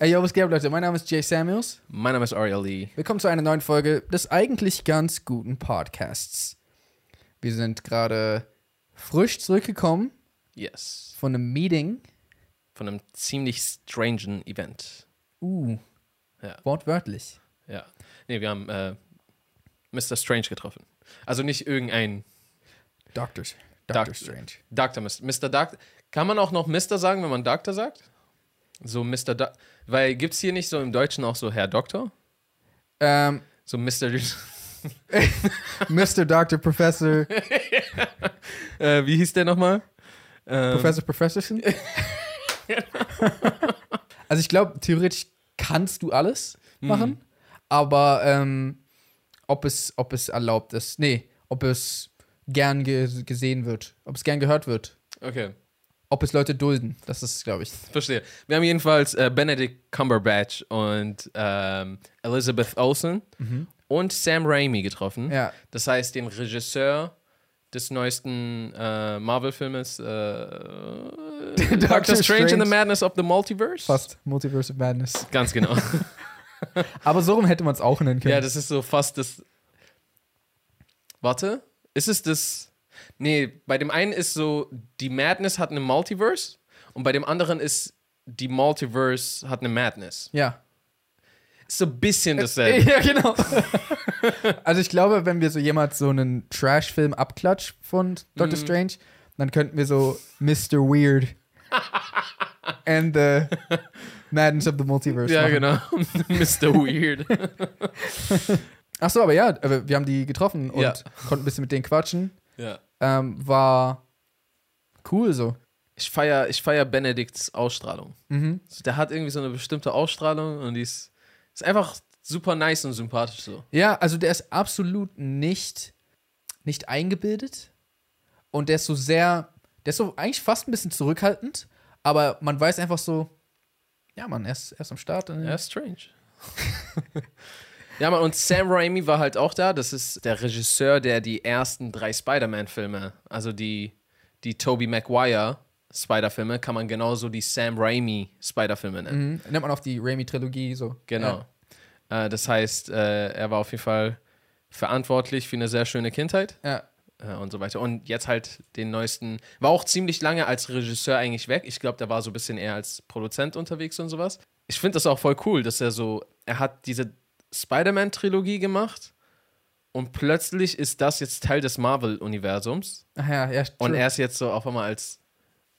Ey, yo, was geht ab, Leute? Mein Name ist Jay Samuels. Mein Name ist E Ariel Lee. Willkommen zu einer neuen Folge des eigentlich ganz guten Podcasts. Wir sind gerade frisch zurückgekommen Yes. von einem Meeting. Von einem ziemlich strangen Event. Uh, Ja. wortwörtlich. Ja. Nee, wir haben äh, Mr. Strange getroffen. Also nicht irgendein Doctor, Doc- Doctor Mr. Mr. Doctor. Kann man auch noch Mr. sagen, wenn man Doctor sagt? So Mr. Do Weil gibt's hier nicht so im Deutschen auch so Herr Doktor? Ähm, So Mr. Mr. Dr. Professor, äh, wie hieß der nochmal? Ähm, Professor Professorson. also ich glaube, theoretisch kannst du alles machen, aber ähm, ob, es, ob es erlaubt ist, nee, ob es gern ge gesehen wird, ob es gern gehört wird, Okay, ob es Leute dulden, das ist, glaube ich. verstehe. Wir haben jedenfalls äh, Benedict Cumberbatch und ähm, Elizabeth Olsen Mhm. und Sam Raimi getroffen. Ja, Das heißt, den Regisseur des neuesten äh, Marvel-Filmes äh, Doctor Strange, in Strange. the Madness of the Multiverse. fast Multiverse of Madness. Ganz genau. Aber so rum hätte man es auch nennen können. ja, das ist so fast das. Warte, ist es das? Nee, bei dem einen ist so, die Madness hat eine Multiverse und bei dem anderen ist, die Multiverse hat eine Madness. ja. Ist so ein bisschen dasselbe. ja, genau. also ich glaube, wenn wir so jemals so einen Trash-Film abklatsch von Doctor Mhm. Strange, dann könnten wir so Mr. Weird and the Madness of the Multiverse Ja, machen. genau. Mr. Weird. Ach so, aber ja, aber wir haben die getroffen und Ja. konnten ein bisschen mit denen quatschen. ja. Ähm, war cool so. Ich feiere ich feier Benedikts Ausstrahlung. Mhm. So, Der hat irgendwie so eine bestimmte Ausstrahlung und die ist, ist einfach super nice und sympathisch so. Ja, also der ist absolut nicht, nicht eingebildet. Und der ist so sehr, der ist so eigentlich fast ein bisschen zurückhaltend, aber man weiß einfach so, ja, man, er ist, er ist am Start. Ja, strange. ja, man, und Sam Raimi war halt auch da. Das ist der Regisseur, der die ersten drei Spider-Man-Filme, also die, die Tobey Maguire Spider-Filme, kann man genauso die Sam Raimi Spider-Filme nennen. Mhm. Nennt man auch die Raimi-Trilogie so. Genau. Äh, das heißt, äh, er war auf jeden Fall verantwortlich für eine sehr schöne Kindheit. Ja, ja. äh, und so weiter. Und jetzt halt den neuesten, war auch ziemlich lange als Regisseur eigentlich weg. Ich glaube, der war so ein bisschen eher als Produzent unterwegs und sowas. Ich finde das auch voll cool, dass er so, er hat diese Spider-Man-Trilogie gemacht und plötzlich ist das jetzt Teil des Marvel-Universums Ach ja, ja. und true. er ist jetzt so auf einmal als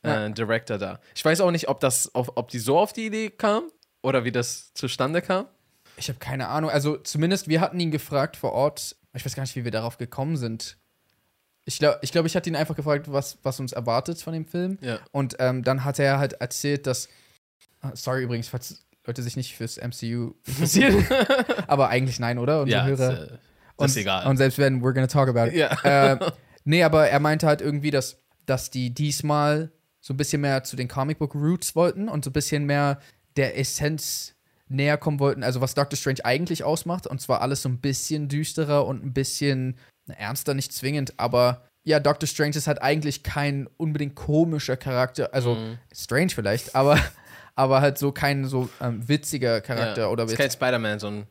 äh, Ja. Director da. Ich weiß auch nicht, ob das, auf, ob die so auf die Idee kam oder wie das zustande kam. ich habe keine Ahnung. Also zumindest wir hatten ihn gefragt vor Ort. Ich weiß gar nicht, wie wir darauf gekommen sind. Ich glaube, ich, glaub, ich hatte ihn einfach gefragt, was, was uns erwartet von dem Film. Ja. Und ähm, dann hat er halt erzählt, dass. Ah, Sorry übrigens, falls Leute sich nicht fürs MCU interessieren. aber eigentlich nein, oder? Unsere ja, ist, Hörer. äh, und, ist egal. Und selbst wenn, we're gonna talk about it. ja. äh, nee, aber er meinte halt irgendwie, dass, dass die diesmal so ein bisschen mehr zu den Comicbook-Roots wollten und so ein bisschen mehr der Essenz näher kommen wollten, also was Doctor Strange eigentlich ausmacht. Und zwar alles so ein bisschen düsterer und ein bisschen na, ernster, nicht zwingend, aber ja, Doctor Strange ist halt eigentlich kein unbedingt komischer Charakter, also Mhm. strange vielleicht, aber, aber halt so kein so ähm, witziger Charakter ja. oder ist jetzt, kein Spider-Man, so ein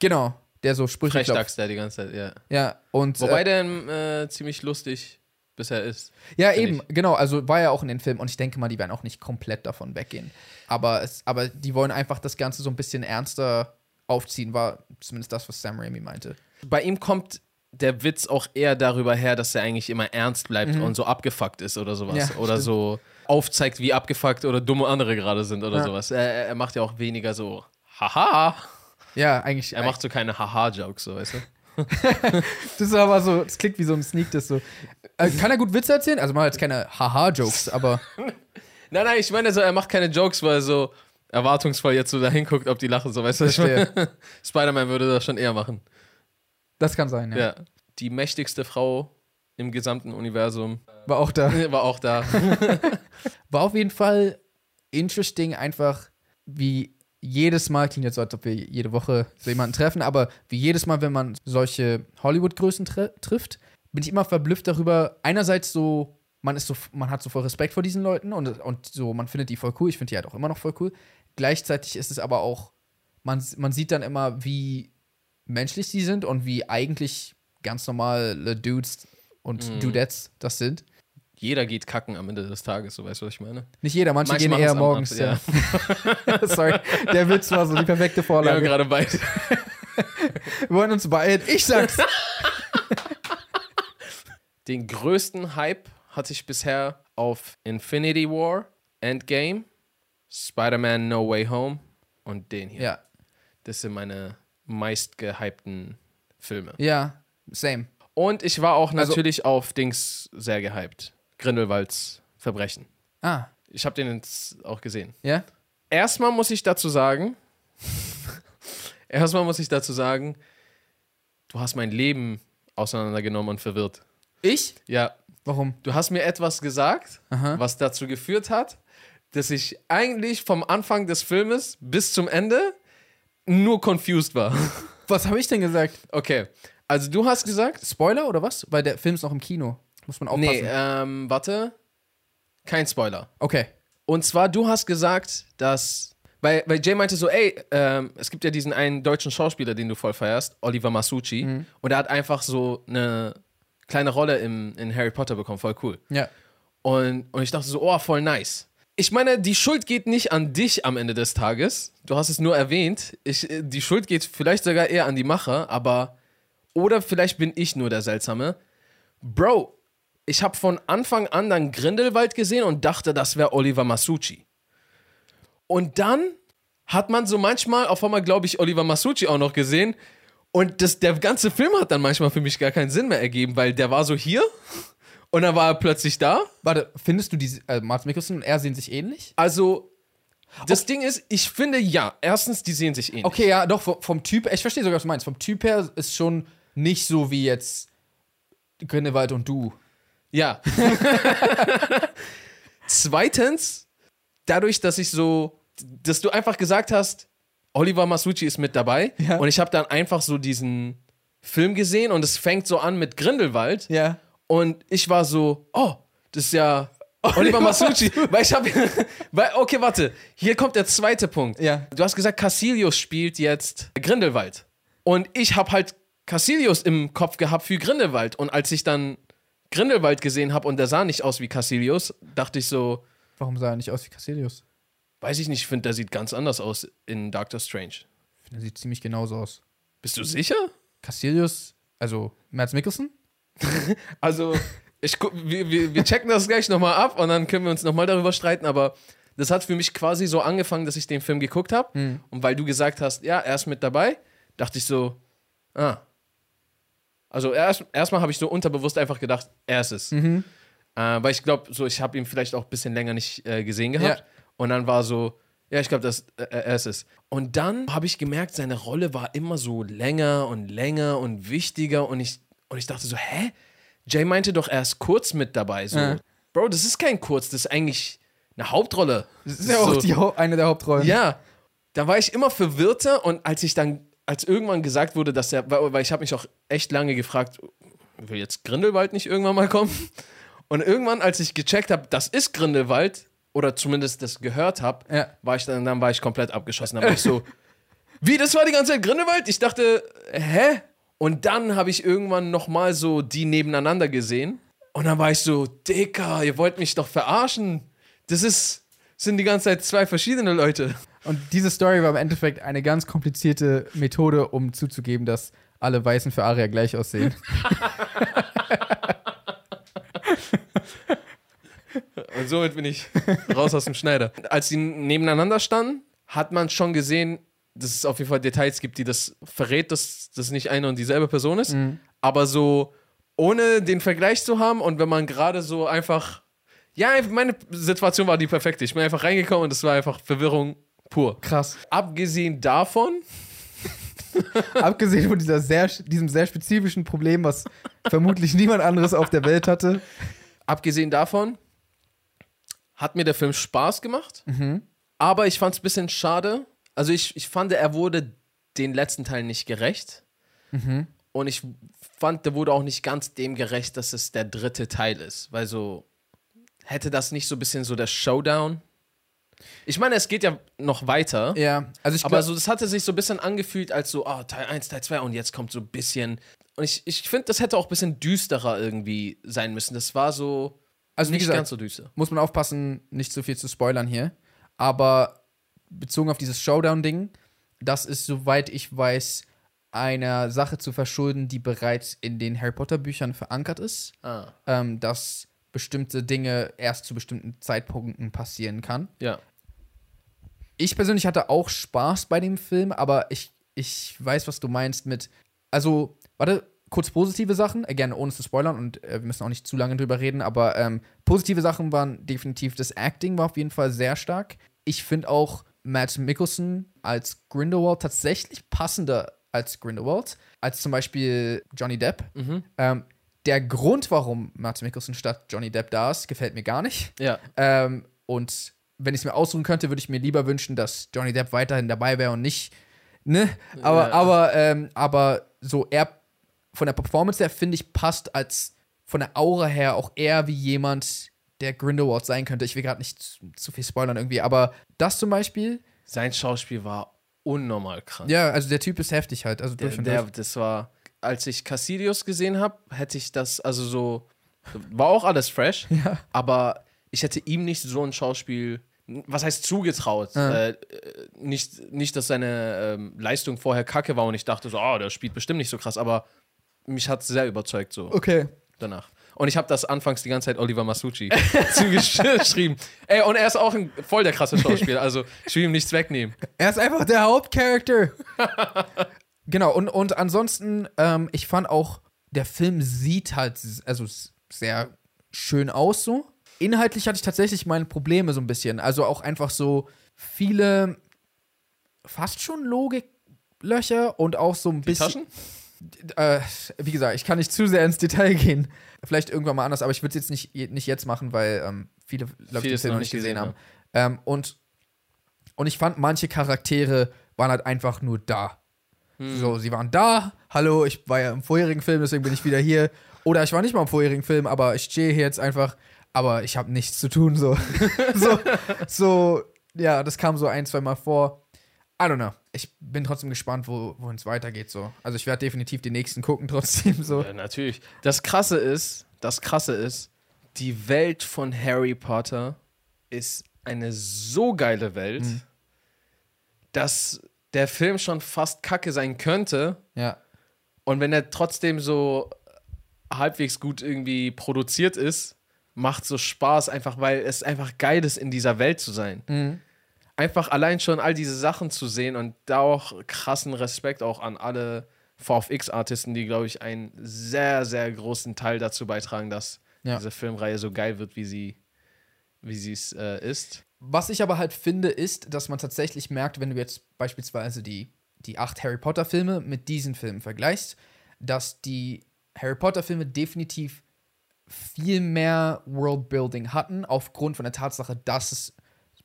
genau, der so Sprüche klopft. Frechdachs, der die ganze Zeit, Äh, ja. Ja, und Wobei der ähm, äh, ziemlich lustig bisher ist. Ja, Find eben, genau. Also war ja auch in den Filmen und ich denke mal, die werden auch nicht komplett davon weggehen. Aber, es, aber die wollen einfach das Ganze so ein bisschen ernster aufziehen, war zumindest das, was Sam Raimi meinte. Bei ihm kommt der Witz auch eher darüber her, dass er eigentlich immer ernst bleibt und so abgefuckt ist oder sowas. Mhm. Ja, oder stimmt. so aufzeigt, wie abgefuckt oder dumme andere gerade sind oder Ja. sowas. Er, er- er macht ja auch weniger so Haha. Ja, eigentlich. Er macht so keine Haha-Jokes, so weißt du? das ist aber so, das klingt wie so ein Sneak, das so. Äh, kann er gut Witze erzählen? Also, man hat jetzt keine Haha-Jokes, aber. Nein, nein, ich meine so, er macht keine Jokes, weil er so erwartungsvoll jetzt so dahin guckt, ob die lachen, so weißt du? Ich meine, Spider-Man würde das schon eher machen. Das kann sein, ja. Ja. Die mächtigste Frau im gesamten Universum War auch da. war auch da. War auf jeden Fall interesting, einfach wie jedes Mal, klingt jetzt so, als ob wir jede Woche so jemanden treffen, aber wie jedes Mal, wenn man solche Hollywood-Größen tre trifft, bin ich immer verblüfft darüber, einerseits so man ist so, man hat so voll Respekt vor diesen Leuten und, und so, man findet die voll cool. Ich finde die halt auch immer noch voll cool. Gleichzeitig ist es aber auch, man, man sieht dann immer, wie menschlich sie sind und wie eigentlich ganz normale Dudes und Mhm. Dudettes das sind. Jeder geht kacken am Ende des Tages, so weißt du, was ich meine? Nicht jeder, manche Manche gehen machen's eher am morgens. Ja. Abend, Sorry, der Witz war so die perfekte Wir haben Vorlage. gerade beide. Wir wollen uns beeilen. Ich sag's. Den größten Hype hatte ich bisher auf Infinity War, Endgame, Spider-Man No Way Home und den hier. ja, Das sind meine meist gehypten Filme. ja, same. Und ich war auch Also- natürlich auf Dings sehr gehypt. Grindelwalds Verbrechen. Ah, Ich habe den jetzt auch gesehen. ja? Erstmal muss ich dazu sagen, erstmal muss ich dazu sagen, du hast mein Leben auseinandergenommen und verwirrt. Ich? Ja, Warum? du hast mir etwas gesagt, Aha. was dazu geführt hat, dass ich eigentlich vom Anfang des Filmes bis zum Ende nur confused war. Was habe ich denn gesagt? Okay, also du hast gesagt, Spoiler oder was? Weil der Film ist noch im Kino. Muss man aufpassen. nee, ähm, warte, kein Spoiler. Okay. Und zwar, du hast gesagt, dass. Weil, weil Jay meinte so, ey, ähm, es gibt ja diesen einen deutschen Schauspieler, den du voll feierst, Oliver Masucci. Und er hat einfach so eine kleine Rolle im, in Harry Potter bekommen, voll cool. Ja. Und, und ich dachte so, oh, voll nice. Ich meine, die Schuld geht nicht an dich am Ende des Tages. Du hast es nur erwähnt. Ich, äh, die Schuld geht vielleicht sogar eher an die Macher, aber. Oder vielleicht bin ich nur der Seltsame. Bro, ich habe von Anfang an dann Grindelwald gesehen und dachte, das wäre Oliver Masucci. Und dann hat man so manchmal, auf einmal glaube ich, Oliver Masucci auch noch gesehen. Und das, der ganze Film hat dann manchmal für mich gar keinen Sinn mehr ergeben, weil der war so hier und dann war er plötzlich da. Warte, findest du diese. Äh, Mats Mikkelsen und er sehen sich ähnlich? Also, das Ding ist, ich finde ja, erstens, die sehen sich ähnlich. Okay, ja, doch, vom, vom Typ. Ich verstehe sogar, was du meinst. Vom Typ her ist schon nicht so wie jetzt Grindelwald und du. Ja. Zweitens, dadurch, dass ich so, dass du einfach gesagt hast, Oliver Masucci ist mit dabei Ja. und ich habe dann einfach so diesen Film gesehen und es fängt so an mit Grindelwald Ja. und ich war so, oh, das ist ja Oliver Oliver Masucci, weil ich habe, weil okay, warte, hier kommt der zweite Punkt. Ja. Du hast gesagt, Cassilius spielt jetzt Grindelwald und ich habe halt Cassilius im Kopf gehabt für Grindelwald und als ich dann Grindelwald gesehen habe und der sah nicht aus wie Cassilius, dachte ich so, Warum sah er nicht aus wie Cassilius? weiß ich nicht, ich finde, der sieht ganz anders aus in Doctor Strange. Ich finde, er sieht ziemlich genauso aus. Bist du sicher? Cassilius, also Mats Mikkelsen? Also, ich, gu- wir, wir, wir checken das gleich nochmal ab und dann können wir uns nochmal darüber streiten, aber das hat für mich quasi so angefangen, dass ich den Film geguckt habe. Und weil du gesagt hast, ja, er ist mit dabei, dachte ich so, ah. Also erst, erstmal habe ich so unterbewusst einfach gedacht, er ist es. Mhm. Äh, weil ich glaube, so, ich habe ihn vielleicht auch ein bisschen länger nicht äh, gesehen gehabt. Ja. Und dann war so, ja, ich glaube, das äh, er ist es. Und dann habe ich gemerkt, seine Rolle war immer so länger und länger und wichtiger. Und ich, und ich dachte so, hä? Jay meinte doch, er ist kurz mit dabei. So. Ja. Bro, das ist kein kurz, das ist eigentlich eine Hauptrolle. Das ist ja auch so. die, Hau- eine der Hauptrollen. Ja, da war ich immer verwirrter und als ich dann, als irgendwann gesagt wurde, dass der, weil, weil ich habe mich auch echt lange gefragt, will jetzt Grindelwald nicht irgendwann mal kommen? Und irgendwann, als ich gecheckt habe, das ist Grindelwald oder zumindest das gehört habe, Ja. war ich dann, dann war ich komplett abgeschossen. Da war ich so, wie, das war die ganze Zeit Grindelwald? Ich dachte, hä? Und dann habe ich irgendwann nochmal so die nebeneinander gesehen. Und dann war ich so, Dicker, ihr wollt mich doch verarschen. Das ist, sind die ganze Zeit zwei verschiedene Leute. Und diese Story war im Endeffekt eine ganz komplizierte Methode, um zuzugeben, dass alle Weißen für Aria gleich aussehen. Und somit bin ich raus aus dem Schneider. Als die nebeneinander standen, hat man schon gesehen, dass es auf jeden Fall Details gibt, die das verrät, dass das nicht eine und dieselbe Person ist. Aber so ohne den Vergleich zu haben und wenn man gerade so einfach. Ja, meine Situation war die perfekte. Ich bin einfach reingekommen und es war einfach Verwirrung pur. Krass. Abgesehen davon, Abgesehen von dieser sehr, diesem sehr spezifischen Problem, was vermutlich niemand anderes auf der Welt hatte. abgesehen davon hat mir der Film Spaß gemacht, aber ich fand es ein bisschen schade. Also ich, ich fand, er wurde den letzten Teil nicht gerecht. Und ich fand, der wurde auch nicht ganz dem gerecht, dass es der dritte Teil ist. Weil so, hätte das nicht so ein bisschen so der Showdown? Ich meine, es geht ja noch weiter. Ja, also ich Aber glaube, so, das hatte sich so ein bisschen angefühlt als so, ah, Teil 1, Teil 2 und jetzt kommt so ein bisschen. Und ich, ich finde, das hätte auch ein bisschen düsterer irgendwie sein müssen. Das war so also wie nicht gesagt, ganz so düster. muss man aufpassen, nicht zu viel zu spoilern hier. Aber bezogen auf dieses Showdown-Ding, das ist, soweit ich weiß, einer Sache zu verschulden, die bereits in den Harry Potter-Büchern verankert ist, Ah, ähm, dass bestimmte Dinge erst zu bestimmten Zeitpunkten passieren kann. ja. Ich persönlich hatte auch Spaß bei dem Film, aber ich, ich weiß, was du meinst mit. Also, warte, kurz positive Sachen, äh, gerne ohne zu spoilern und äh, wir müssen auch nicht zu lange drüber reden, aber ähm, positive Sachen waren definitiv, das Acting war auf jeden Fall sehr stark. Ich finde auch Matt Mickelson als Grindelwald tatsächlich passender als Grindelwald, als zum Beispiel Johnny Depp. Ähm, der Grund, warum Matt Mickelson statt Johnny Depp da ist, gefällt mir gar nicht. Ja. Ähm, und wenn ich es mir aussuchen könnte, würde ich mir lieber wünschen, dass Johnny Depp weiterhin dabei wäre und nicht, ne? Aber, Ja. aber, ähm, aber so er von der Performance her, finde ich, passt als von der Aura her auch eher wie jemand, der Grindelwald sein könnte. Ich will gerade nicht zu, zu viel spoilern irgendwie, aber das zum Beispiel, Sein Schauspiel war unnormal krank. ja, also der Typ ist heftig halt. Also Der, durch und der, durch. das war, als ich Cassilius gesehen habe, hätte ich das, also so, war auch alles fresh, Ja. aber ich hätte ihm nicht so ein Schauspiel, was heißt zugetraut. Ja. Äh, äh, nicht, nicht, dass seine ähm, Leistung vorher kacke war und ich dachte so, ah, der spielt bestimmt nicht so krass, aber mich hat sehr überzeugt so Okay. danach. Und ich habe das anfangs die ganze Zeit Oliver Masucci zugeschrieben. Ey, und er ist auch ein voll der krasse Schauspieler, also ich will ihm nichts wegnehmen. Er ist einfach der Hauptcharakter. genau, und, und ansonsten, ähm, ich fand auch, der Film sieht halt s- also s- sehr schön aus so. Inhaltlich hatte ich tatsächlich meine Probleme so ein bisschen. Also auch einfach so viele fast schon Logiklöcher und auch so ein Die bisschen. Taschen? Äh, wie gesagt, ich kann nicht zu sehr ins Detail gehen. Vielleicht irgendwann mal anders, aber ich würde es jetzt nicht, nicht jetzt machen, weil ähm, viele Leute den Vieles Film noch noch nicht nicht gesehen gesehen haben. Ähm, und, und ich fand, manche Charaktere waren halt einfach nur da. So, sie waren da, hallo, ich war ja im vorherigen Film, deswegen bin ich wieder hier. Oder ich war nicht mal im vorherigen Film, aber ich stehe hier jetzt einfach, aber ich habe nichts zu tun. So. so, so, ja, das kam so ein, zwei Mal vor. I don't know. Ich bin trotzdem gespannt, wo wohin es weitergeht. So. Also ich werde definitiv den nächsten gucken, trotzdem so. Ja, natürlich. Das krasse ist, das krasse ist, die Welt von Harry Potter ist eine so geile Welt, dass der Film schon fast kacke sein könnte. Ja. Und wenn er trotzdem so halbwegs gut irgendwie produziert ist, macht so Spaß, einfach weil es einfach geil ist, in dieser Welt zu sein. Einfach allein schon all diese Sachen zu sehen und da auch krassen Respekt auch an alle VFX-Artisten, die, glaube ich, einen sehr, sehr großen Teil dazu beitragen, dass Ja. diese Filmreihe so geil wird, wie sie wie sie es äh, ist. Was ich aber halt finde, ist, dass man tatsächlich merkt, wenn du jetzt beispielsweise die, die acht Harry Potter-Filme mit diesen Filmen vergleichst, dass die Harry Potter-Filme definitiv viel mehr Worldbuilding hatten, aufgrund von der Tatsache, dass es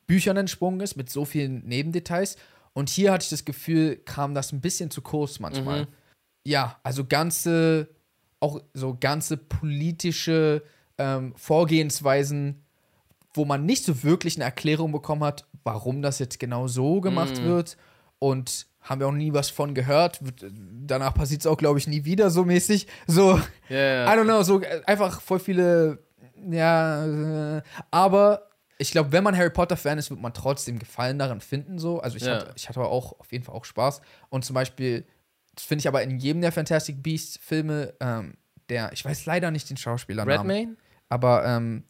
Büchern entsprungen ist, mit so vielen Nebendetails. Und hier hatte ich das Gefühl, kam das ein bisschen zu kurz manchmal. Mhm. Ja, also ganze, auch so ganze politische ähm, Vorgehensweisen wo man nicht so wirklich eine Erklärung bekommen hat, warum das jetzt genau so gemacht wird. Und haben wir auch nie was von gehört. Wird- Danach passiert es auch, glaube ich, nie wieder so mäßig. So, Ja, ja, I ja. don't know, so äh, einfach voll viele. Ja, äh, aber ich glaube, wenn man Harry Potter-Fan ist, wird man trotzdem Gefallen daran finden. So. Also ich, Ja. hatte, ich hatte aber auch auf jeden Fall auch Spaß. Und zum Beispiel, das finde ich aber in jedem der Fantastic Beasts-Filme, ähm, der, ich weiß leider nicht den Schauspielernamen. Redmayne? Aber, ähm,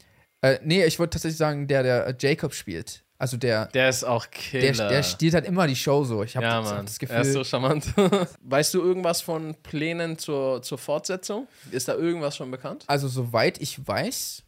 äh, nee, ich würde tatsächlich sagen, der, der äh, Jacob spielt. Also der, Der ist auch der, Killer. der stiehlt halt immer die Show so. Ich habe ja, das, hab Mann. das Er ist Gefühl. so charmant. weißt du irgendwas von Plänen zur, zur Fortsetzung? Ist da irgendwas schon bekannt? also, soweit ich weiß,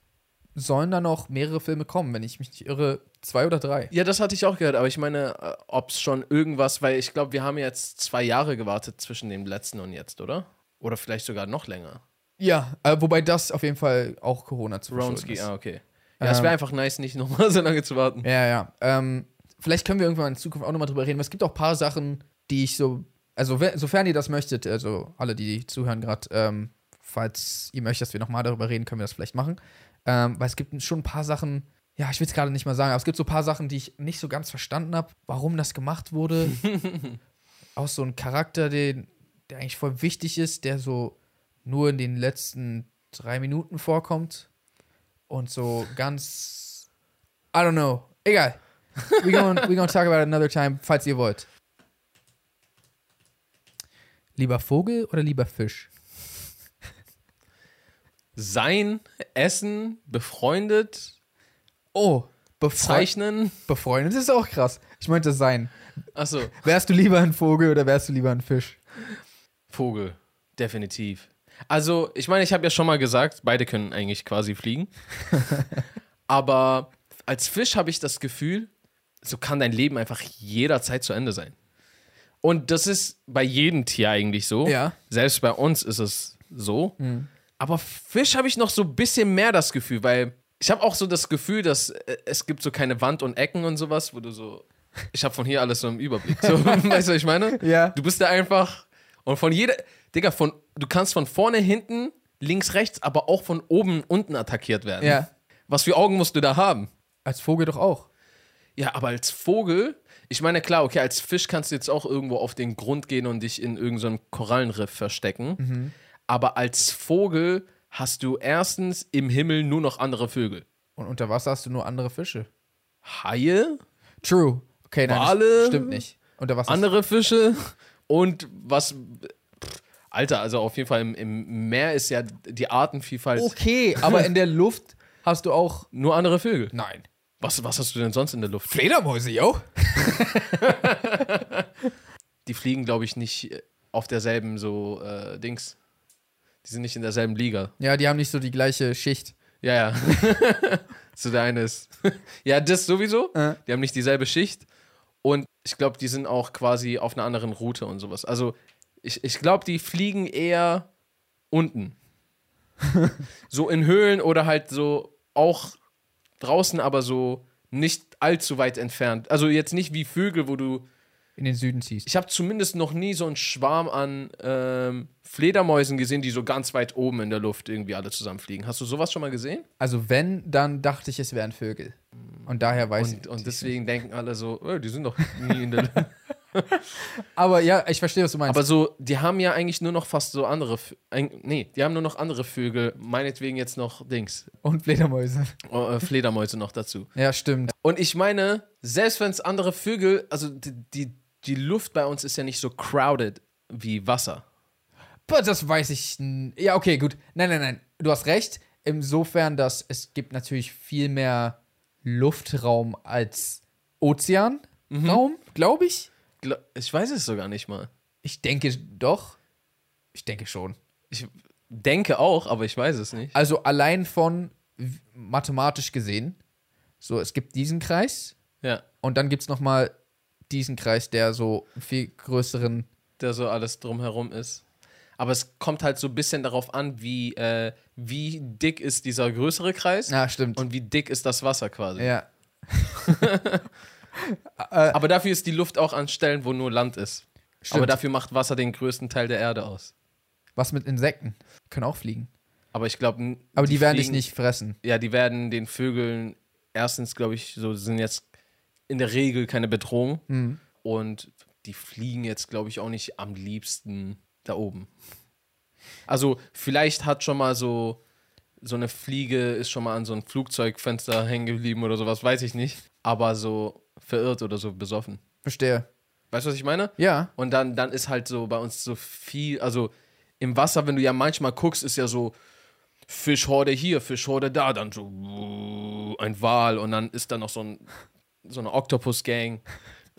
sollen da noch mehrere Filme kommen, wenn ich mich nicht irre. Zwei oder drei. Ja, das hatte ich auch gehört, aber ich meine, ob es schon irgendwas, weil ich glaube, wir haben jetzt zwei Jahre gewartet zwischen dem letzten und jetzt, oder? Oder vielleicht sogar noch länger. Ja, äh, wobei das auf jeden Fall auch Corona zu verschulden Ronski, ist. ah, okay. Ja, es Ähm. wäre einfach nice, nicht nochmal so lange zu warten. Ja, ja. Ähm, vielleicht können wir irgendwann in Zukunft auch nochmal drüber reden. weil Es gibt auch ein paar Sachen, die ich so, also we- sofern ihr das möchtet, also alle, die zuhören gerade, ähm, falls ihr möchtet, dass wir nochmal darüber reden, können wir das vielleicht machen. Ähm, weil es gibt schon ein paar Sachen, ja, ich will es gerade nicht mal sagen, aber es gibt so ein paar Sachen, die ich nicht so ganz verstanden habe, warum das gemacht wurde. Auch so ein Charakter, den, der eigentlich voll wichtig ist, der so nur in den letzten drei Minuten vorkommt und so ganz, I don't know, egal. We gonna, we gonna talk about it another time, falls ihr wollt. Lieber Vogel oder lieber Fisch? Sein, essen, befreundet, Oh, befreundet. zeichnen. Befreundet ist auch krass. Ich meinte sein. Achso, Wärst du lieber ein Vogel oder wärst du lieber ein Fisch? Vogel, definitiv. Also, ich meine, ich habe ja schon mal gesagt, beide können eigentlich quasi fliegen. Aber als Fisch habe ich das Gefühl, so kann dein Leben einfach jederzeit zu Ende sein. Und das ist bei jedem Tier eigentlich so. Ja. Mhm. Selbst bei uns ist es so. Aber Fisch habe ich noch so ein bisschen mehr das Gefühl, weil ich habe auch so das Gefühl, dass äh, es gibt so keine Wand und Ecken und sowas, wo du so, ich habe von hier alles so im Überblick. So, weißt du, was ich meine? Ja. Du bist da einfach und von jeder, Digga, von, du kannst von vorne, hinten, links, rechts, aber auch von oben, unten attackiert werden. Ja. Was für Augen musst du da haben? Als Vogel doch auch. Ja, aber als Vogel, ich meine, klar, okay, als Fisch kannst du jetzt auch irgendwo auf den Grund gehen und dich in irgendeinem Korallenriff verstecken. Aber als Vogel hast du erstens im Himmel nur noch andere Vögel. Und unter Wasser hast du nur andere Fische. Haie, True. Okay, nein, Wale? das stimmt nicht. Unter Wasser. andere Fische und was. pff, Alter, also auf jeden Fall im, im Meer ist ja die Artenvielfalt okay, aber in der Luft hast du auch. nur andere Vögel. Nein. Was, was hast du denn sonst in der Luft? Fledermäuse, yo. Die fliegen, glaube ich, nicht äh, auf derselben so äh, Dings. Die sind nicht in derselben Liga. Ja, die haben nicht so die gleiche Schicht. Ja, ja. so der eine ist. ja, das sowieso. Ja. Die haben nicht dieselbe Schicht. Und ich glaube, die sind auch quasi auf einer anderen Route und sowas. Also, ich, ich glaube, die fliegen eher unten. so in Höhlen oder halt so auch draußen, aber so nicht allzu weit entfernt. Also jetzt nicht wie Vögel, wo du. In den Süden ziehst. Ich habe zumindest noch nie so einen Schwarm an ähm, Fledermäusen gesehen, die so ganz weit oben in der Luft irgendwie alle zusammenfliegen. Hast du sowas schon mal gesehen? Also, wenn, dann dachte ich, es wären Vögel. Und daher weiß Und, ich. und deswegen denken alle so, "Äh, die sind doch nie in der. Aber ja, ich verstehe, was du meinst. Aber so, die haben ja eigentlich nur noch fast so andere. F- Ein, nee, die haben nur noch andere Vögel. Meinetwegen jetzt noch Dings. und Fledermäuse. Oh, äh, Fledermäuse noch dazu. Ja, stimmt. Und ich meine, selbst wenn es andere Vögel. Also die, die, die Luft bei uns ist ja nicht so crowded wie Wasser. Boah, das weiß ich. n- Ja, okay, gut. Nein, nein, nein. Du hast recht. Insofern, dass es gibt natürlich viel mehr Luftraum als Ozeanraum, Mhm. glaube ich. Gla- Ich weiß es sogar nicht mal. Ich denke doch. Ich denke schon. Ich denke auch, aber ich weiß es nicht. Also allein von w- mathematisch gesehen. So, es gibt diesen Kreis Ja, und dann gibt es nochmal diesen Kreis, der so einen viel größeren. da so alles drumherum ist. Aber es kommt halt so ein bisschen darauf an, wie, äh, wie dick ist dieser größere Kreis. Na, stimmt. Und wie dick ist das Wasser quasi? ja. Aber dafür ist die Luft auch an Stellen, wo nur Land ist. Stimmt. Aber dafür macht Wasser den größten Teil der Erde aus. Was mit Insekten? Können auch fliegen. Aber ich glaube, Aber die, werden dich nicht fressen. Ja, die werden den Vögeln erstens, glaube ich, so sind jetzt in der Regel keine Bedrohung und die fliegen jetzt, glaube ich, auch nicht am liebsten da oben. Also vielleicht hat schon mal so so eine Fliege ist schon mal an so ein Flugzeugfenster hängen geblieben oder sowas, weiß ich nicht. Aber so verirrt oder so besoffen. Verstehe. Weißt du, was ich meine? Ja. Und dann, dann ist halt so bei uns so viel, also im Wasser, wenn du ja manchmal guckst, ist ja so Fischhorde hier, Fischhorde da, dann so uh, ein Wal und dann ist da noch so, ein, so eine Oktopus-Gang.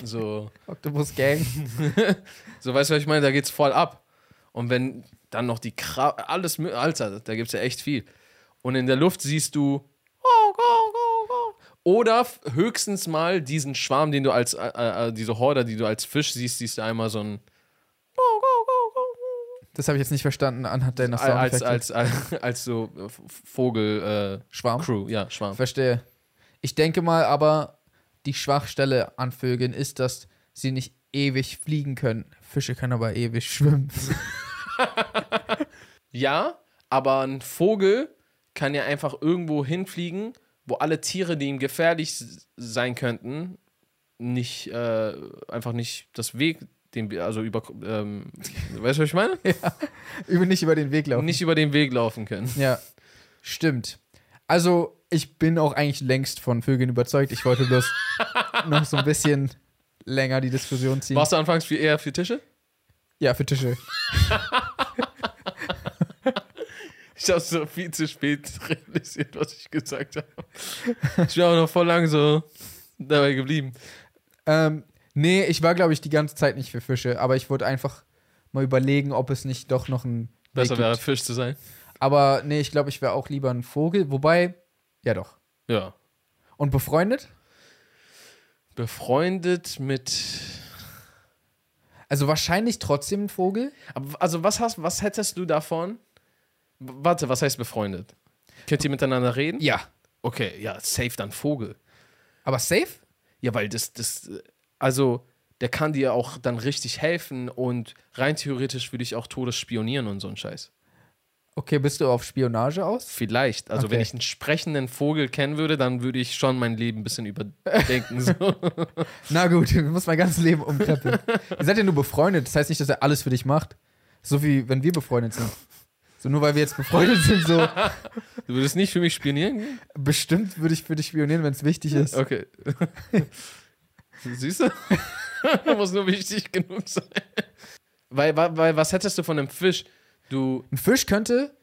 So, Octopus Gang. so, weißt du, was ich meine? Da geht's voll ab. Und wenn dann noch die Kra alles, mö- Alter, da gibt's ja echt viel. Und in der Luft siehst du oder f- höchstens mal diesen Schwarm, den du als, äh, äh, diese Horde, die du als Fisch siehst, siehst du einmal so ein Das habe ich jetzt nicht verstanden anhand deiner als, Soundeffekte. als, als, als so äh, F- Vogel äh, Schwarm. Crew, ja, Schwarm. Verstehe. Ich denke mal aber, die Schwachstelle an Vögeln ist, dass sie nicht ewig fliegen können. Fische können aber ewig schwimmen. Ja, aber ein Vogel kann ja einfach irgendwo hinfliegen, wo alle Tiere, die ihm gefährlich s- sein könnten, nicht äh, einfach nicht das Weg, den, also über, ähm, weißt du, was ich meine? Über nicht über den Weg laufen. Nicht über den Weg laufen können. Ja, stimmt. Also, ich bin auch eigentlich längst von Vögeln überzeugt. Ich wollte bloß noch so ein bisschen länger die Diskussion ziehen. Warst du anfangs viel eher für Tische? Ja, für Tische. Ich habe so viel zu spät realisiert, was ich gesagt habe. Ich bin auch noch voll lang so dabei geblieben. Ähm, nee, ich war, glaube ich, die ganze Zeit nicht für Fische, aber ich wollte einfach mal überlegen, ob es nicht doch noch ein Weg Besser gibt. wäre, Fisch zu sein. Aber nee, ich glaube, ich wäre auch lieber ein Vogel. Wobei, ja doch. Ja. Und befreundet? Befreundet mit. Also wahrscheinlich trotzdem ein Vogel. Aber also, was, hast, was hättest du davon? W- Warte, was heißt befreundet? Könnt ihr miteinander reden? Ja. Okay, ja, safe dann Vogel. Aber safe? Ja, weil das, das, äh, also der kann dir auch dann richtig helfen und rein theoretisch würde ich auch Todes spionieren und so ein Scheiß. Okay, bist du auf Spionage aus? Vielleicht. Also Okay. wenn ich einen sprechenden Vogel kennen würde, dann würde ich schon mein Leben ein bisschen überdenken. so. Na gut, ich muss mein ganzes Leben umkrempeln. ihr seid ja nur befreundet, das heißt nicht, dass er alles für dich macht. So wie wenn wir befreundet sind. So nur weil wir jetzt befreundet sind, so Du würdest nicht für mich spionieren? bestimmt würde ich für dich spionieren, wenn es wichtig ist. Okay. Siehst du? Muss nur wichtig genug sein. Weil, weil, weil was hättest du von einem Fisch? Du, Ein Fisch könnte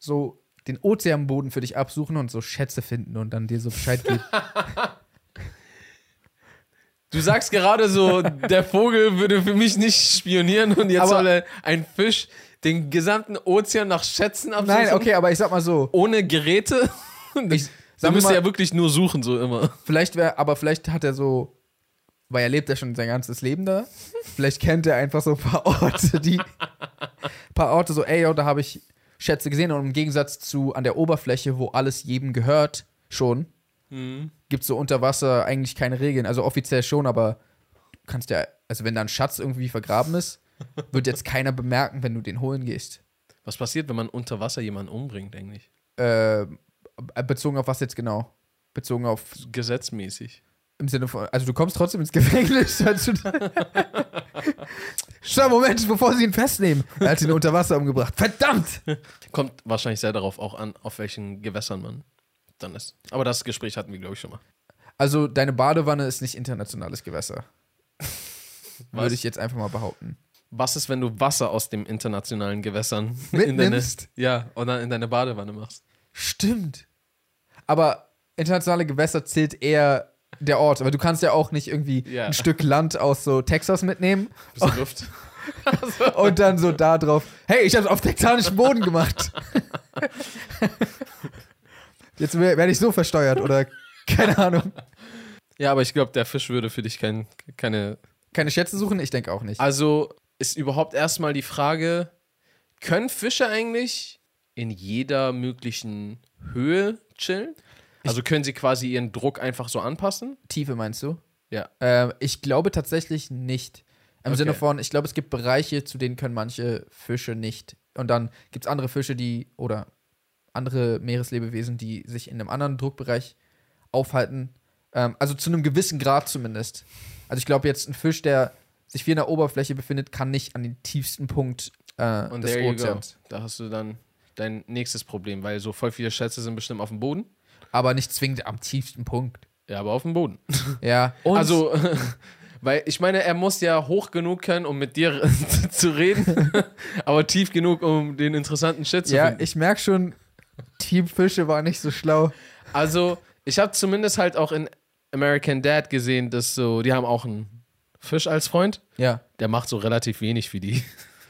so den Ozeanboden für dich absuchen und so Schätze finden und dann dir so Bescheid geben. du sagst gerade so, der Vogel würde für mich nicht spionieren und jetzt Aber- soll er- ein Fisch den gesamten Ozean nach Schätzen absuchen. Nein, okay, aber ich sag mal so, Ohne Geräte. Ich, wir da müsste mal- ja wirklich nur suchen, so immer. vielleicht wäre, aber vielleicht hat er so, weil er lebt ja schon sein ganzes Leben da, vielleicht kennt er einfach so ein paar Orte, die, paar Orte so, ey, yo, da habe ich Schätze gesehen und im Gegensatz zu an der Oberfläche, wo alles jedem gehört, schon, gibt es so unter Wasser eigentlich keine Regeln. Also offiziell schon, aber du kannst ja, also wenn da ein Schatz irgendwie vergraben ist, wird jetzt keiner bemerken, wenn du den holen gehst. Was passiert, wenn man unter Wasser jemanden umbringt, eigentlich? Äh, bezogen auf was jetzt genau? Bezogen auf Gesetzmäßig. Im Sinne von, also du kommst trotzdem ins Gefängnis. Also Schau, Moment, bevor sie ihn festnehmen. Er hat ihn unter Wasser umgebracht. Verdammt! Kommt wahrscheinlich sehr darauf auch an, auf welchen Gewässern man dann ist. Aber das Gespräch hatten wir, glaube ich, schon mal. Also deine Badewanne ist nicht internationales Gewässer. Was? Würde ich jetzt einfach mal behaupten. Was ist, wenn du Wasser aus dem internationalen Gewässern in deine, Mitnimmst? ja, und dann in deine Badewanne machst? Stimmt. Aber internationale Gewässer zählt eher der Ort. Aber du kannst ja auch nicht irgendwie Ja. ein Stück Land aus so Texas mitnehmen Bisschen Luft. und dann so da drauf, hey, ich hab's auf texanischem Boden gemacht. Jetzt werde ich so versteuert oder keine Ahnung. Ja, aber ich glaube, der Fisch würde für dich kein, keine. Keine Schätze suchen? Ich denke auch nicht. Also ist überhaupt erstmal die Frage: Können Fische eigentlich in jeder möglichen Höhe chillen? Also können sie quasi ihren Druck einfach so anpassen? Tiefe meinst du? Ja. Ähm, ich glaube tatsächlich nicht. Im Okay. Sinne von, ich glaube, es gibt Bereiche, zu denen können manche Fische nicht. Und dann gibt es andere Fische, die oder andere Meereslebewesen, die sich in einem anderen Druckbereich aufhalten. Ähm, also zu einem gewissen Grad zumindest. Also ich glaube jetzt, ein Fisch, der sich viel in der Oberfläche befindet, kann nicht an den tiefsten Punkt äh, Und des there you go. Ozeans. Da hast du dann dein nächstes Problem, weil so voll viele Schätze sind bestimmt auf dem Boden. Aber nicht zwingend am tiefsten Punkt. Ja, aber auf dem Boden. Ja. Und also, weil ich meine, er muss ja hoch genug können, um mit dir zu reden, aber tief genug, um den interessanten Shit zu ja, finden. ich merke schon, Team Fische war nicht so schlau. Also, ich habe zumindest halt auch in American Dad gesehen, dass so, die haben auch einen Fisch als Freund. Ja. Der macht so relativ wenig wie die.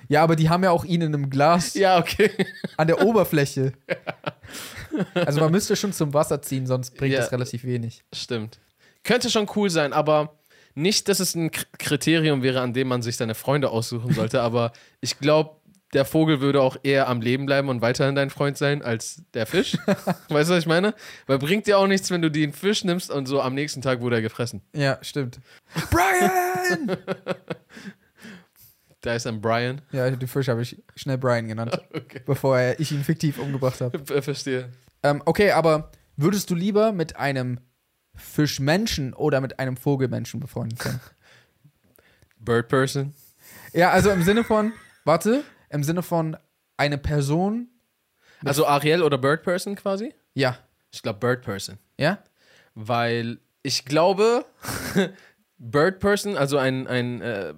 Ja, aber die haben ja auch ihn in einem Glas Ja, okay. an der Oberfläche. Also man müsste schon zum Wasser ziehen, sonst bringt Ja. das relativ wenig. Stimmt. Könnte schon cool sein, aber nicht, dass es ein K Kriterium wäre, an dem man sich seine Freunde aussuchen sollte, aber ich glaube, der Vogel würde auch eher am Leben bleiben und weiterhin dein Freund sein als der Fisch. weißt du, was ich meine? Weil bringt dir auch nichts, wenn du den Fisch nimmst und so am nächsten Tag wurde er gefressen. Ja, stimmt. Brian! Da ist ein Brian. ja, den Fisch habe ich schnell Brian genannt, bevor er, ich ihn fiktiv umgebracht habe. Ver- Verstehe. Ähm, okay, aber würdest du lieber mit einem Fischmenschen oder mit einem Vogelmenschen befreundet sein? Bird Person. ja, also im Sinne von, warte, im Sinne von eine Person, Also Ariel oder Bird Person quasi? ja, Ich glaube Bird Person. ja, Weil ich glaube, Bird Person, also ein, ein äh,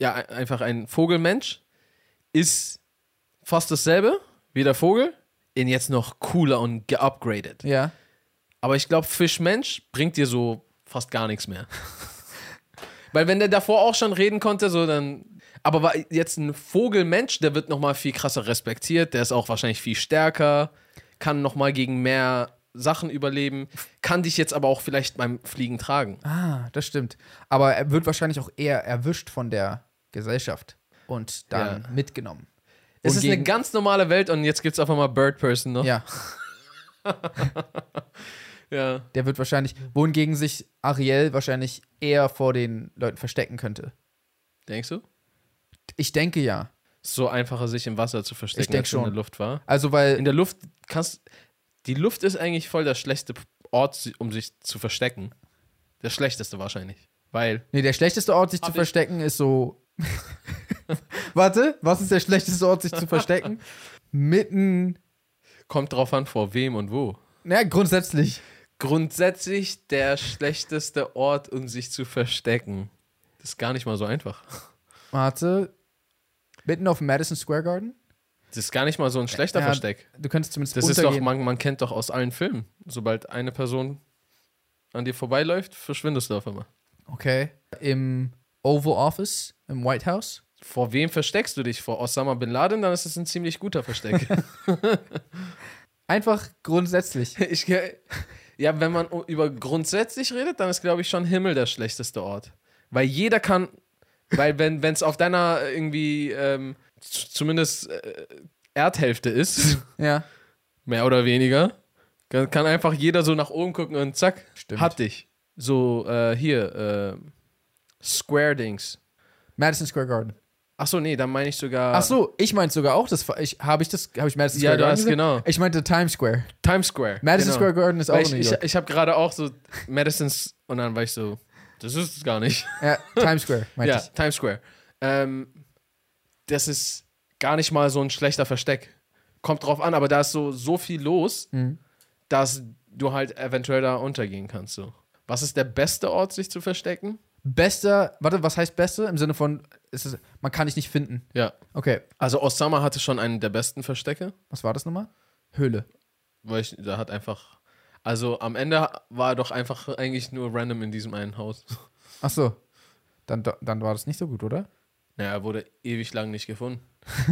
ja, ein- einfach ein Vogelmensch, ist fast dasselbe wie der Vogel, in jetzt noch cooler und geupgradet. ja. Aber ich glaube, Fischmensch bringt dir so fast gar nichts mehr. Weil wenn der davor auch schon reden konnte, so dann. Aber war jetzt ein Vogelmensch, der wird nochmal viel krasser respektiert, der ist auch wahrscheinlich viel stärker, kann nochmal gegen mehr Sachen überleben, kann dich jetzt aber auch vielleicht beim Fliegen tragen. Ah, das stimmt. Aber er wird wahrscheinlich auch eher erwischt von der Gesellschaft und dann mitgenommen. Es Und ist eine gegen- ganz normale Welt und jetzt gibt es einfach mal Bird Person noch. Ja, ja. der wird wahrscheinlich, wohingegen sich Ariel wahrscheinlich eher vor den Leuten verstecken könnte. Denkst du? Ich denke ja. Ist so einfacher, sich im Wasser zu verstecken, denk als in der schon. Luft war. Also, weil In der Luft kannst. Die Luft ist eigentlich voll der schlechte Ort, si- um sich zu verstecken. Der schlechteste wahrscheinlich. Weil. Nee, der schlechteste Ort, sich Hab zu ich- verstecken, ist so. Warte, was ist der schlechteste Ort, sich zu verstecken? Mitten. Kommt drauf an, vor wem und wo. Na, grundsätzlich. Grundsätzlich der schlechteste Ort, um sich zu verstecken. Das ist gar nicht mal so einfach. Warte. Mitten auf dem Madison Square Garden? Das ist gar nicht mal so ein schlechter Ja, Versteck. Du könntest zumindest Das ist doch, untergehen. man, man kennt doch aus allen Filmen. Sobald eine Person an dir vorbeiläuft, verschwindest du auf einmal. okay. Im Oval Office, im White House. Vor wem versteckst du dich? Vor Osama Bin Laden? Dann ist es ein ziemlich guter Versteck. Einfach grundsätzlich. Ich, ge- ja, wenn man u- über grundsätzlich redet, dann ist, glaube ich, schon Himmel der schlechteste Ort. Weil jeder kann, weil wenn es auf deiner äh, irgendwie ähm, z- zumindest äh, Erdhälfte ist, Ja. mehr oder weniger, kann, kann einfach jeder so nach oben gucken und zack, Stimmt. hat dich. So äh, hier, äh, Square Dings. Madison Square Garden. Achso, nee, dann meine ich sogar Ach so, ich meinte sogar auch das. Ich, Habe ich das? Habe ich Madison Ah. Ja, Square du Garden? hast gesagt? genau. Ich meinte Times Square. Times Square. Madison genau. Square Garden ist auch Weil in ich New ich, York. ich habe gerade auch so Madison's und dann war ich so, das ist es gar nicht. ja, Times Square, meinte ja, ich. Times Square. Ähm, das ist gar nicht mal so ein schlechter Versteck. Kommt drauf an, aber da ist so, so viel los, Mhm. dass du halt eventuell da untergehen kannst. So. Was ist der beste Ort, sich zu verstecken? Bester, warte, was heißt beste? Im Sinne von, ist es, man kann dich nicht finden. Ja. Okay, Also Osama hatte schon einen der besten Verstecke, was war das nochmal? Höhle. weil ich, da hat einfach. Also am Ende war er doch einfach eigentlich nur random in diesem einen Haus. Ach so. Dann, dann war das nicht so gut, oder? Naja, er wurde ewig lang nicht gefunden.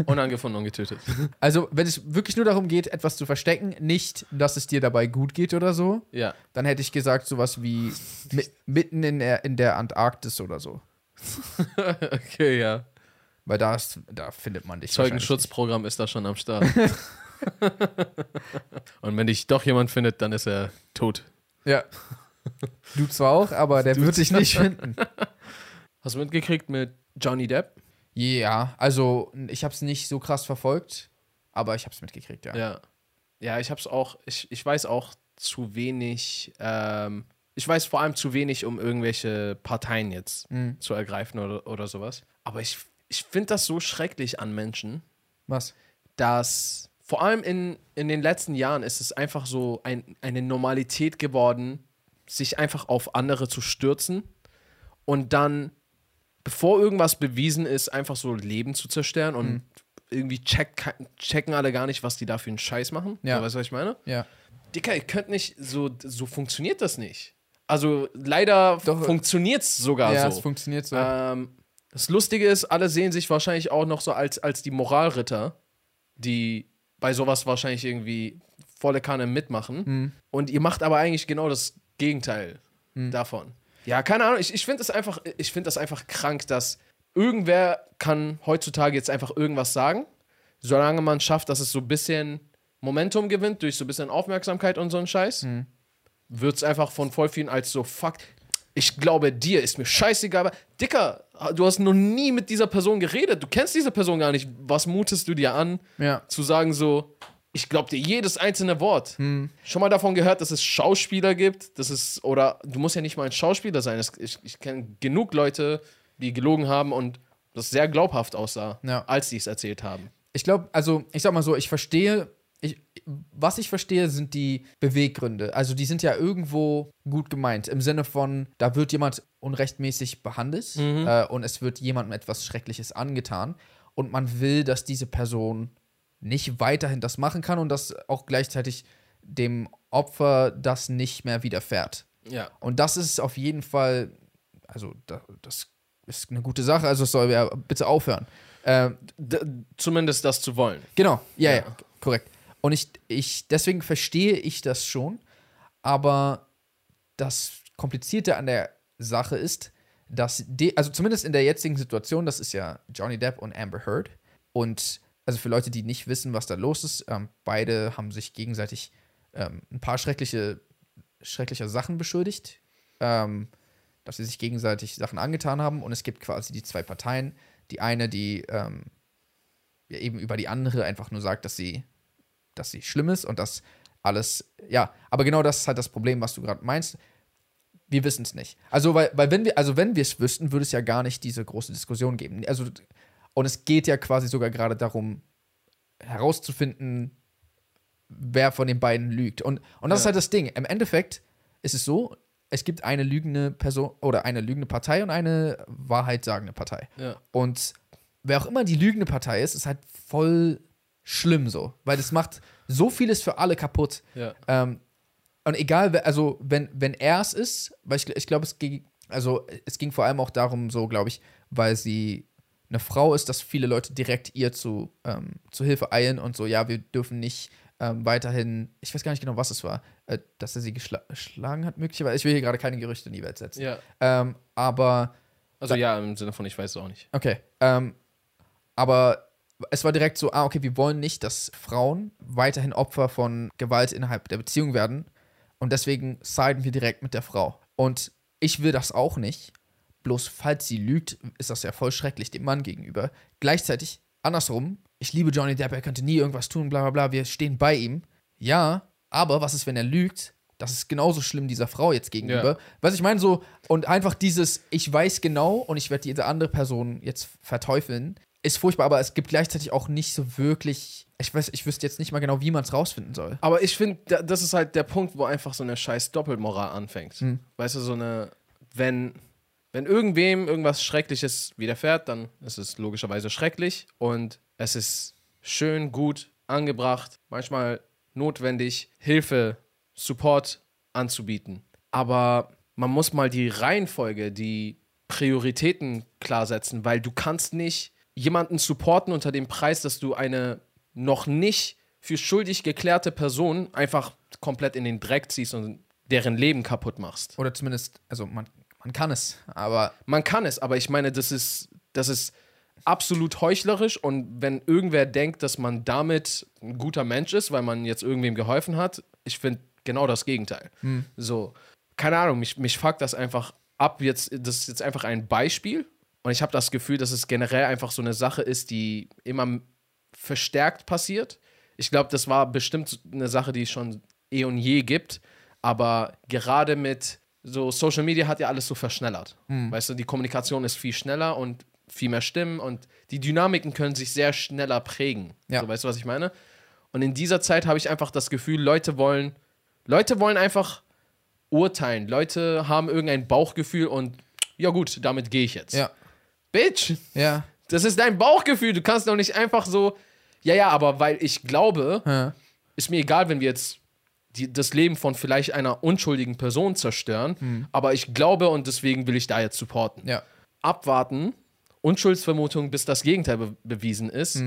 Unangefunden und getötet. Also, wenn es wirklich nur darum geht, etwas zu verstecken, nicht, dass es dir dabei gut geht oder so, Ja. dann hätte ich gesagt, sowas wie mi mitten in der, in der Antarktis oder so. okay, ja. Weil da, ist, da findet man dich. Zeugenschutzprogramm ist da schon am Start. Und wenn dich doch jemand findet, dann ist er tot. wahrscheinlich nicht. Ja. Du zwar auch, aber der wird dich nicht finden. Hast du mitgekriegt mit Johnny Depp? Ja, also, ich habe es nicht so krass verfolgt, aber ich habe es mitgekriegt, ja. Ja. Ja, ich hab's auch, ich, ich weiß auch zu wenig, ähm, ich weiß vor allem zu wenig, um irgendwelche Parteien jetzt Mhm. zu ergreifen oder, oder sowas. Aber ich, ich finde das so schrecklich an Menschen, Was? dass vor allem in, in den letzten Jahren ist es einfach so ein, eine Normalität geworden, sich einfach auf andere zu stürzen und dann, bevor irgendwas bewiesen ist, einfach so Leben zu zerstören und Mhm. irgendwie check, checken alle gar nicht, was die da für einen Scheiß machen. Ja. So, weißt du, was ich meine? Ja. Dicker, ihr könnt nicht, so, so funktioniert das nicht. Also leider Doch. äh, funktioniert es sogar ja, so. es funktioniert so. Äh, Ähm, das Lustige ist, alle sehen sich wahrscheinlich auch noch so als, als die Moralritter, die bei sowas wahrscheinlich irgendwie volle Kanne mitmachen. Und ihr macht aber eigentlich genau das Gegenteil davon. Ja, keine Ahnung, ich, ich finde das einfach, ich finde das einfach krank, dass irgendwer kann heutzutage jetzt einfach irgendwas sagen, solange man schafft, dass es so ein bisschen Momentum gewinnt, durch so ein bisschen Aufmerksamkeit und so einen Scheiß wird es einfach von voll vielen als so, fuck, ich glaube dir, ist mir scheißegal. Aber, Dicker, du hast noch nie mit dieser Person geredet. Du kennst diese Person gar nicht. Was mutest du dir an, ja. zu sagen so, ich glaubte jedes einzelne Wort. Schon mal davon gehört, dass es Schauspieler gibt, dass es, oder du musst ja nicht mal ein Schauspieler sein. Es, ich ich kenne genug Leute, die gelogen haben und das sehr glaubhaft aussah, Ja. als sie es erzählt haben. Ich glaube, also ich sag mal so, ich verstehe, ich, was ich verstehe, sind die Beweggründe. Also die sind ja irgendwo gut gemeint. Im Sinne von, da wird jemand unrechtmäßig behandelt äh, und es wird jemandem etwas Schreckliches angetan. Und man will, dass diese Person nicht weiterhin das machen kann und dass auch gleichzeitig dem Opfer das nicht mehr widerfährt. Ja. Und das ist auf jeden Fall, also da, das ist eine gute Sache, also es soll ja bitte aufhören. Ähm, D zumindest das zu wollen. Genau, ja, ja, Ja. korrekt. Und ich, ich, deswegen verstehe ich das schon, aber das Komplizierte an der Sache ist, dass, de, also zumindest in der jetzigen Situation, das ist ja Johnny Depp und Amber Heard. Und also für Leute, die nicht wissen, was da los ist, ähm, beide haben sich gegenseitig ähm, ein paar schreckliche, schreckliche Sachen beschuldigt, ähm, dass sie sich gegenseitig Sachen angetan haben. Und es gibt quasi die zwei Parteien. Die eine, die ähm, ja, eben über die andere einfach nur sagt, dass sie, dass sie schlimm ist und dass alles, ja, aber genau das ist halt das Problem, was du gerade meinst. Wir wissen es nicht. Also, weil, weil wenn wir, also wenn wir es wüssten, würde es ja gar nicht diese große Diskussion geben. Also, und es geht ja quasi sogar gerade darum, herauszufinden, wer von den beiden lügt. Und, und das Ja. ist halt das Ding. Im Endeffekt ist es so, es gibt eine lügende Person oder eine lügende Partei und eine wahrheitssagende Partei. Ja. Und wer auch immer die lügende Partei ist, ist halt voll schlimm so. Weil das macht so vieles für alle kaputt. Ja. Ähm, und egal, wer- also wenn, wenn er es ist, weil ich, gl- ich glaube, es ging, also es ging vor allem auch darum, so glaube ich, weil sie eine Frau ist, dass viele Leute direkt ihr zu, ähm, zu Hilfe eilen und so, ja, wir dürfen nicht ähm, weiterhin, ich weiß gar nicht genau, was es war, äh, dass er sie geschla- geschlagen hat, möglicherweise. Ich will hier gerade keine Gerüchte in die Welt setzen. ja. Ähm, aber Also ja, im Sinne von, ich weiß es auch nicht. Okay. Ähm, aber es war direkt so, ah, okay, wir wollen nicht, dass Frauen weiterhin Opfer von Gewalt innerhalb der Beziehung werden. Und deswegen siden wir direkt mit der Frau. Und ich will das auch nicht. Bloß falls sie lügt, ist das ja voll schrecklich dem Mann gegenüber. Gleichzeitig, andersrum, ich liebe Johnny Depp, er könnte nie irgendwas tun, bla bla bla, wir stehen bei ihm. Ja, aber was ist, wenn er lügt? Das ist genauso schlimm dieser Frau jetzt gegenüber. Ja. Was ich meine, so, und einfach dieses, ich weiß genau und ich werde diese andere Person jetzt verteufeln, ist furchtbar, aber es gibt gleichzeitig auch nicht so wirklich, ich weiß, ich wüsste jetzt nicht mal genau, wie man es rausfinden soll. Aber ich finde, da, das ist halt der Punkt, wo einfach so eine scheiß Doppelmoral anfängt. Weißt du, so eine, wenn, wenn irgendwem irgendwas Schreckliches widerfährt, dann ist es logischerweise schrecklich und es ist schön, gut, angebracht, manchmal notwendig, Hilfe, Support anzubieten. Aber man muss mal die Reihenfolge, die Prioritäten klar setzen, weil du kannst nicht jemanden supporten unter dem Preis, dass du eine noch nicht für schuldig geklärte Person einfach komplett in den Dreck ziehst und deren Leben kaputt machst. Oder zumindest, also man, man kann es, aber Man kann es, aber ich meine, das ist, das ist absolut heuchlerisch und wenn irgendwer denkt, dass man damit ein guter Mensch ist, weil man jetzt irgendwem geholfen hat, ich finde genau das Gegenteil. So, keine Ahnung, mich, mich fuckt das einfach ab. Jetzt, das ist jetzt einfach ein Beispiel und ich habe das Gefühl, dass es generell einfach so eine Sache ist, die immer verstärkt passiert. Ich glaube, das war bestimmt eine Sache, die es schon eh und je gibt. Aber gerade mit so Social Media hat ja alles so verschnellert. Hm. Weißt du, die Kommunikation ist viel schneller und viel mehr Stimmen und die Dynamiken können sich sehr schneller prägen. Ja. So, weißt du, was ich meine? Und in dieser Zeit habe ich einfach das Gefühl, Leute wollen, Leute wollen einfach urteilen. Leute haben irgendein Bauchgefühl und ja gut, damit gehe ich jetzt. ja. Bitch, Ja. das ist dein Bauchgefühl. Du kannst doch nicht einfach so, ja, ja, aber weil ich glaube, Ja. ist mir egal, wenn wir jetzt die, das Leben von vielleicht einer unschuldigen Person zerstören, aber ich glaube und deswegen will ich da jetzt supporten. ja. Abwarten, Unschuldsvermutung, bis das Gegenteil be bewiesen ist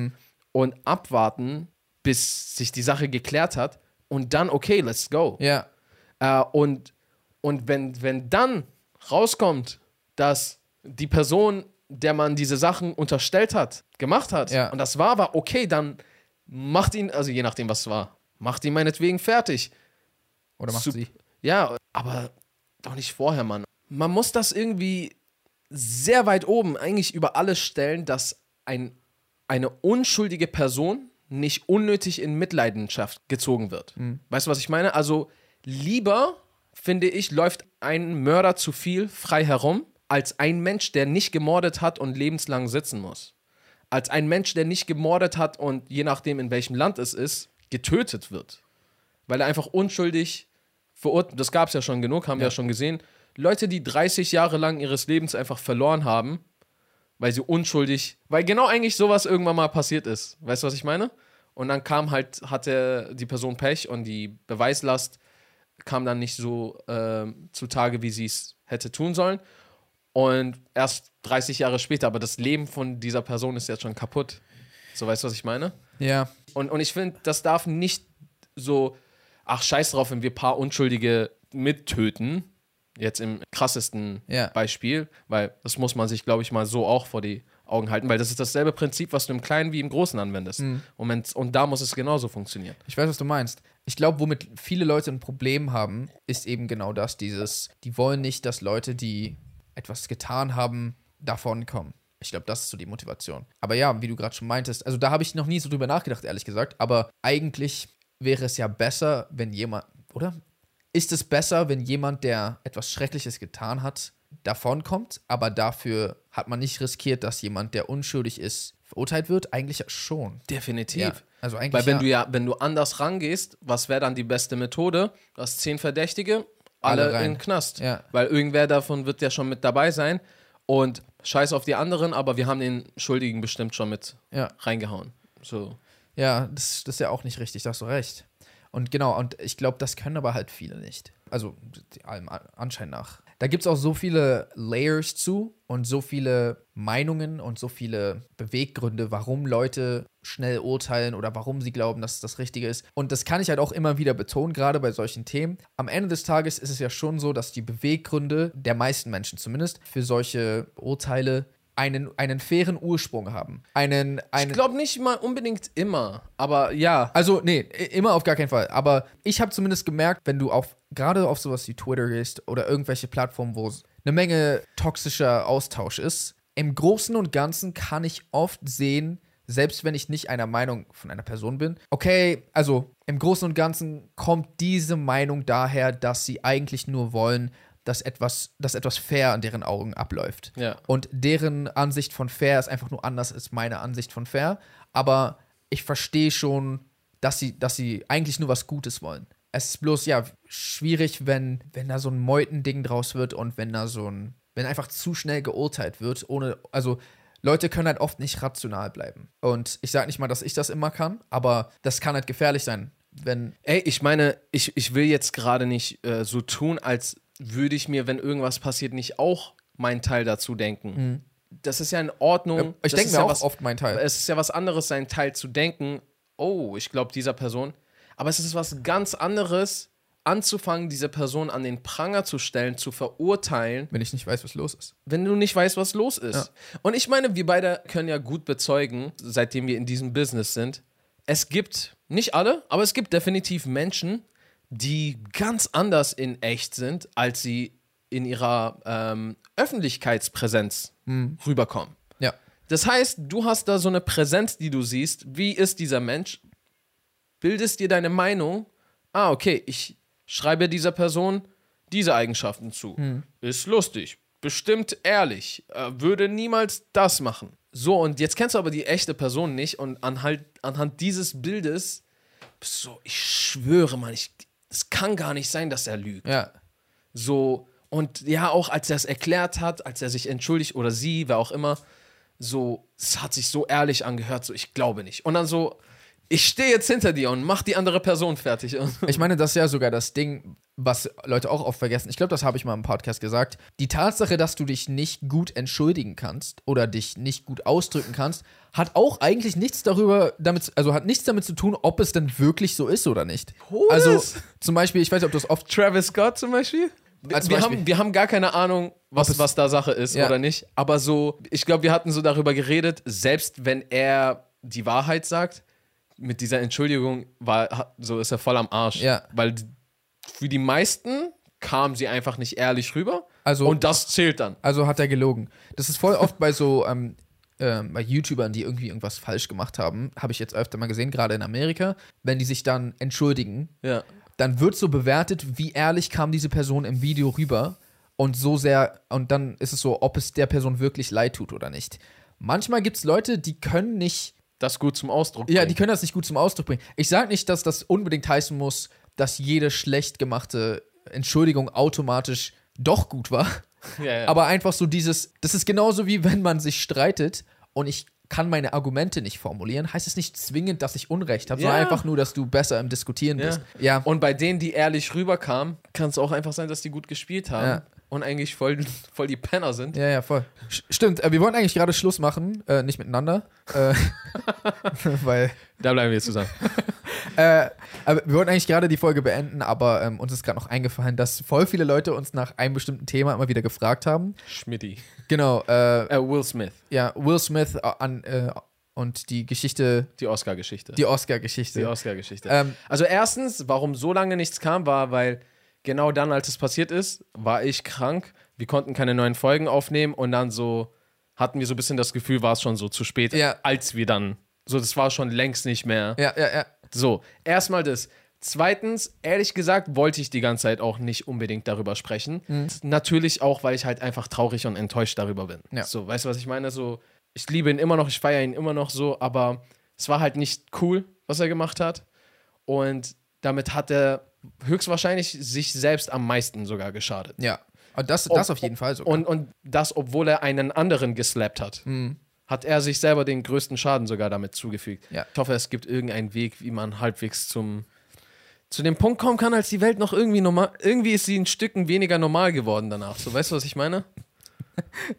und abwarten, bis sich die Sache geklärt hat und dann, okay, let's go. Ja, Äh, und und wenn, wenn dann rauskommt, dass die Person, der man diese Sachen unterstellt hat, gemacht hat, Ja. und das war, war okay, dann macht ihn, also je nachdem, was es war, macht ihn meinetwegen fertig. oder macht Sup- sie. Ja, aber doch nicht vorher, Mann. Man muss das irgendwie sehr weit oben eigentlich über alles stellen, dass ein, eine unschuldige Person nicht unnötig in Mitleidenschaft gezogen wird. Weißt du, was ich meine? Also lieber, finde ich, läuft ein Mörder zu viel frei herum, als ein Mensch, der nicht gemordet hat und lebenslang sitzen muss. Als ein Mensch, der nicht gemordet hat und je nachdem, in welchem Land es ist, getötet wird. Weil er einfach unschuldig verurteilt, das gab es ja schon genug, haben wir ja schon gesehen. Leute, die 30 Jahre lang ihres Lebens einfach verloren haben, weil sie unschuldig, weil genau eigentlich sowas irgendwann mal passiert ist. Weißt du, was ich meine? Und dann kam halt, hatte die Person Pech und die Beweislast kam dann nicht so ähm, zutage, wie sie es hätte tun sollen. Und erst 30 Jahre später, aber das Leben von dieser Person ist jetzt schon kaputt. So, weißt du, was ich meine? Ja. Und, und ich finde, das darf nicht so, ach, scheiß drauf, wenn wir ein paar Unschuldige mittöten. Jetzt im krassesten Ja. Beispiel, weil das muss man sich, glaube ich, mal so auch vor die Augen halten, weil das ist dasselbe Prinzip, was du im Kleinen wie im Großen anwendest. Und, wenn's- und da muss es genauso funktionieren. Ich weiß, was du meinst. Ich glaube, womit viele Leute ein Problem haben, ist eben genau das, dieses, die wollen nicht, dass Leute, die etwas getan haben, davonkommen. Ich glaube, das ist so die Motivation. Aber ja, wie du gerade schon meintest, also da habe ich noch nie so drüber nachgedacht, ehrlich gesagt, aber eigentlich wäre es ja besser, wenn jemand, oder? Ist es besser, wenn jemand, der etwas Schreckliches getan hat, davonkommt, aber dafür hat man nicht riskiert, dass jemand, der unschuldig ist, verurteilt wird? Eigentlich schon. Definitiv. Ja, also eigentlich Weil wenn ja. du ja, wenn du anders rangehst, was wäre dann die beste Methode? Du hast zehn Verdächtige, alle, Alle rein. in den Knast. Ja. Weil irgendwer davon wird ja schon mit dabei sein. Und scheiß auf die anderen, aber wir haben den Schuldigen bestimmt schon mit Ja. reingehauen. So. Ja, das, das ist ja auch nicht richtig, da hast du recht. Und genau, und ich glaube, das können aber halt viele nicht. Also die- allem An- Anschein nach. Da gibt es auch so viele Layers zu und so viele Meinungen und so viele Beweggründe, warum Leute schnell urteilen oder warum sie glauben, dass es das Richtige ist. Und das kann ich halt auch immer wieder betonen, gerade bei solchen Themen. Am Ende des Tages ist es ja schon so, dass die Beweggründe der meisten Menschen zumindest für solche Urteile einen, einen fairen Ursprung haben. Einen, einen, Ich glaube nicht mal unbedingt immer, aber ja. also, nee, i- immer auf gar keinen Fall. Aber ich habe zumindest gemerkt, wenn du auf gerade auf sowas wie Twitter gehst oder irgendwelche Plattformen, wo es eine Menge toxischer Austausch ist, im Großen und Ganzen kann ich oft sehen, selbst wenn ich nicht einer Meinung von einer Person bin, okay, also im Großen und Ganzen kommt diese Meinung daher, dass sie eigentlich nur wollen, dass etwas, dass etwas fair in deren Augen abläuft. Ja. Und deren Ansicht von fair ist einfach nur anders als meine Ansicht von fair. Aber ich verstehe schon, dass sie, dass sie eigentlich nur was Gutes wollen. Es ist bloß, ja, schwierig, wenn, wenn da so ein Meutending draus wird und wenn da so ein, wenn einfach zu schnell geurteilt wird, ohne, also Leute können halt oft nicht rational bleiben. Und ich sage nicht mal, dass ich das immer kann, aber das kann halt gefährlich sein, wenn, Ey, ich meine, ich, ich will jetzt gerade nicht äh, so tun, als würde ich mir, wenn irgendwas passiert, nicht auch meinen Teil dazu denken. Das ist ja in Ordnung. Mhm. ich Das denke ist mir ja auch was- oft meinen Teil. Es ist ja was anderes, seinen Teil zu denken. Oh, ich glaube dieser Person. Aber es ist was ganz anderes, anzufangen, diese Person an den Pranger zu stellen, zu verurteilen, wenn ich nicht weiß, was los ist. wenn du nicht weißt, was los ist. Und ich meine, wir beide können ja gut bezeugen, seitdem wir in diesem Business sind, es gibt, nicht alle, aber es gibt definitiv Menschen, die ganz anders in echt sind, als sie in ihrer ähm, Öffentlichkeitspräsenz rüberkommen. Ja. Das heißt, du hast da so eine Präsenz, die du siehst. Wie ist dieser Mensch? Bildest dir deine Meinung. Ah, okay, ich schreibe dieser Person diese Eigenschaften zu. Ist lustig, bestimmt ehrlich, äh, würde niemals das machen. So, und jetzt kennst du aber die echte Person nicht und anhand, anhand dieses Bildes bist du so, ich schwöre, Mann, ich, es kann gar nicht sein, dass er lügt. Ja. So, und ja, auch als er es erklärt hat, als er sich entschuldigt oder sie, wer auch immer, so, es hat sich so ehrlich angehört, so, ich glaube nicht. Und dann so, ich stehe jetzt hinter dir und mach die andere Person fertig. Ich meine, das ist ja sogar das Ding, was Leute auch oft vergessen. Ich glaube, das habe ich mal im Podcast gesagt. Die Tatsache, dass du dich nicht gut entschuldigen kannst oder dich nicht gut ausdrücken kannst, hat auch eigentlich nichts darüber, damit, also hat nichts damit zu tun, ob es denn wirklich so ist oder nicht. Hohes! Also zum Beispiel, ich weiß nicht, ob du es oft Travis Scott zum Beispiel? Wir, Als wir, Beispiel. Haben, wir haben gar keine Ahnung, was, es- was da Sache ist Ja. oder nicht. Aber so, ich glaube, wir hatten so darüber geredet, selbst wenn er die Wahrheit sagt, mit dieser Entschuldigung war, ha- so ist er voll am Arsch. Ja. Weil d- für die meisten kam sie einfach nicht ehrlich rüber. Also- und das zählt dann. Also hat er gelogen. Das ist voll oft bei so ähm, ähm, bei YouTubern, die irgendwie irgendwas falsch gemacht haben, habe ich jetzt öfter mal gesehen, gerade in Amerika, wenn die sich dann entschuldigen, Ja. dann wird so bewertet, wie ehrlich kam diese Person im Video rüber und so sehr, und dann ist es so, ob es der Person wirklich leid tut oder nicht. Manchmal gibt es Leute, die können nicht, Das gut zum Ausdruck. ja, die bringen. können das nicht gut zum Ausdruck bringen. Ich sage nicht, dass das unbedingt heißen muss, dass jede schlecht gemachte Entschuldigung automatisch doch gut war. ja, ja. Aber einfach so dieses, das ist genauso wie wenn man sich streitet und ich kann meine Argumente nicht formulieren, heißt es nicht zwingend, dass ich Unrecht habe, sondern Ja. einfach nur, dass du besser im Diskutieren Ja. bist. Ja, Und bei denen, die ehrlich rüberkamen, kann es auch einfach sein, dass die gut gespielt haben Ja. und eigentlich voll, voll die Penner sind. ja, ja, voll. Sch- Stimmt, äh, wir wollten eigentlich gerade Schluss machen, äh, nicht miteinander, äh, weil Da bleiben wir jetzt zusammen. äh, aber wir wollten eigentlich gerade die Folge beenden, aber ähm, uns ist gerade noch eingefallen, dass voll viele Leute uns nach einem bestimmten Thema immer wieder gefragt haben. Schmidti. Genau, äh, Äh, Will Smith, ja, Will Smith äh, an, äh, und die Geschichte, die Oscar-Geschichte. die Oscar-Geschichte. Die Oscar-Geschichte. ähm, Also erstens, warum so lange nichts kam, war, weil genau dann, als es passiert ist, war ich krank. Wir konnten keine neuen Folgen aufnehmen und dann so hatten wir so ein bisschen das Gefühl, war es schon so zu spät, Ja. als wir dann. So, das war schon längst nicht mehr. ja, ja, ja. So, erstmal das. Zweitens, ehrlich gesagt, wollte ich die ganze Zeit auch nicht unbedingt darüber sprechen. Natürlich auch, weil ich halt einfach traurig und enttäuscht darüber bin. Ja. So, weißt du, was ich meine? So, ich liebe ihn immer noch, ich feiere ihn immer noch so, aber es war halt nicht cool, was er gemacht hat. Und damit hat er höchstwahrscheinlich sich selbst am meisten sogar geschadet. Ja. Und das, das Ob- auf jeden Fall so. Oh. Und, und das, obwohl er einen anderen geslappt hat, Mhm. hat er sich selber den größten Schaden sogar damit zugefügt. Ja. Ich hoffe, es gibt irgendeinen Weg, wie man halbwegs zum zu dem Punkt kommen kann, als die Welt noch irgendwie normal, irgendwie ist sie ein Stücken weniger normal geworden danach. So, weißt du, was ich meine?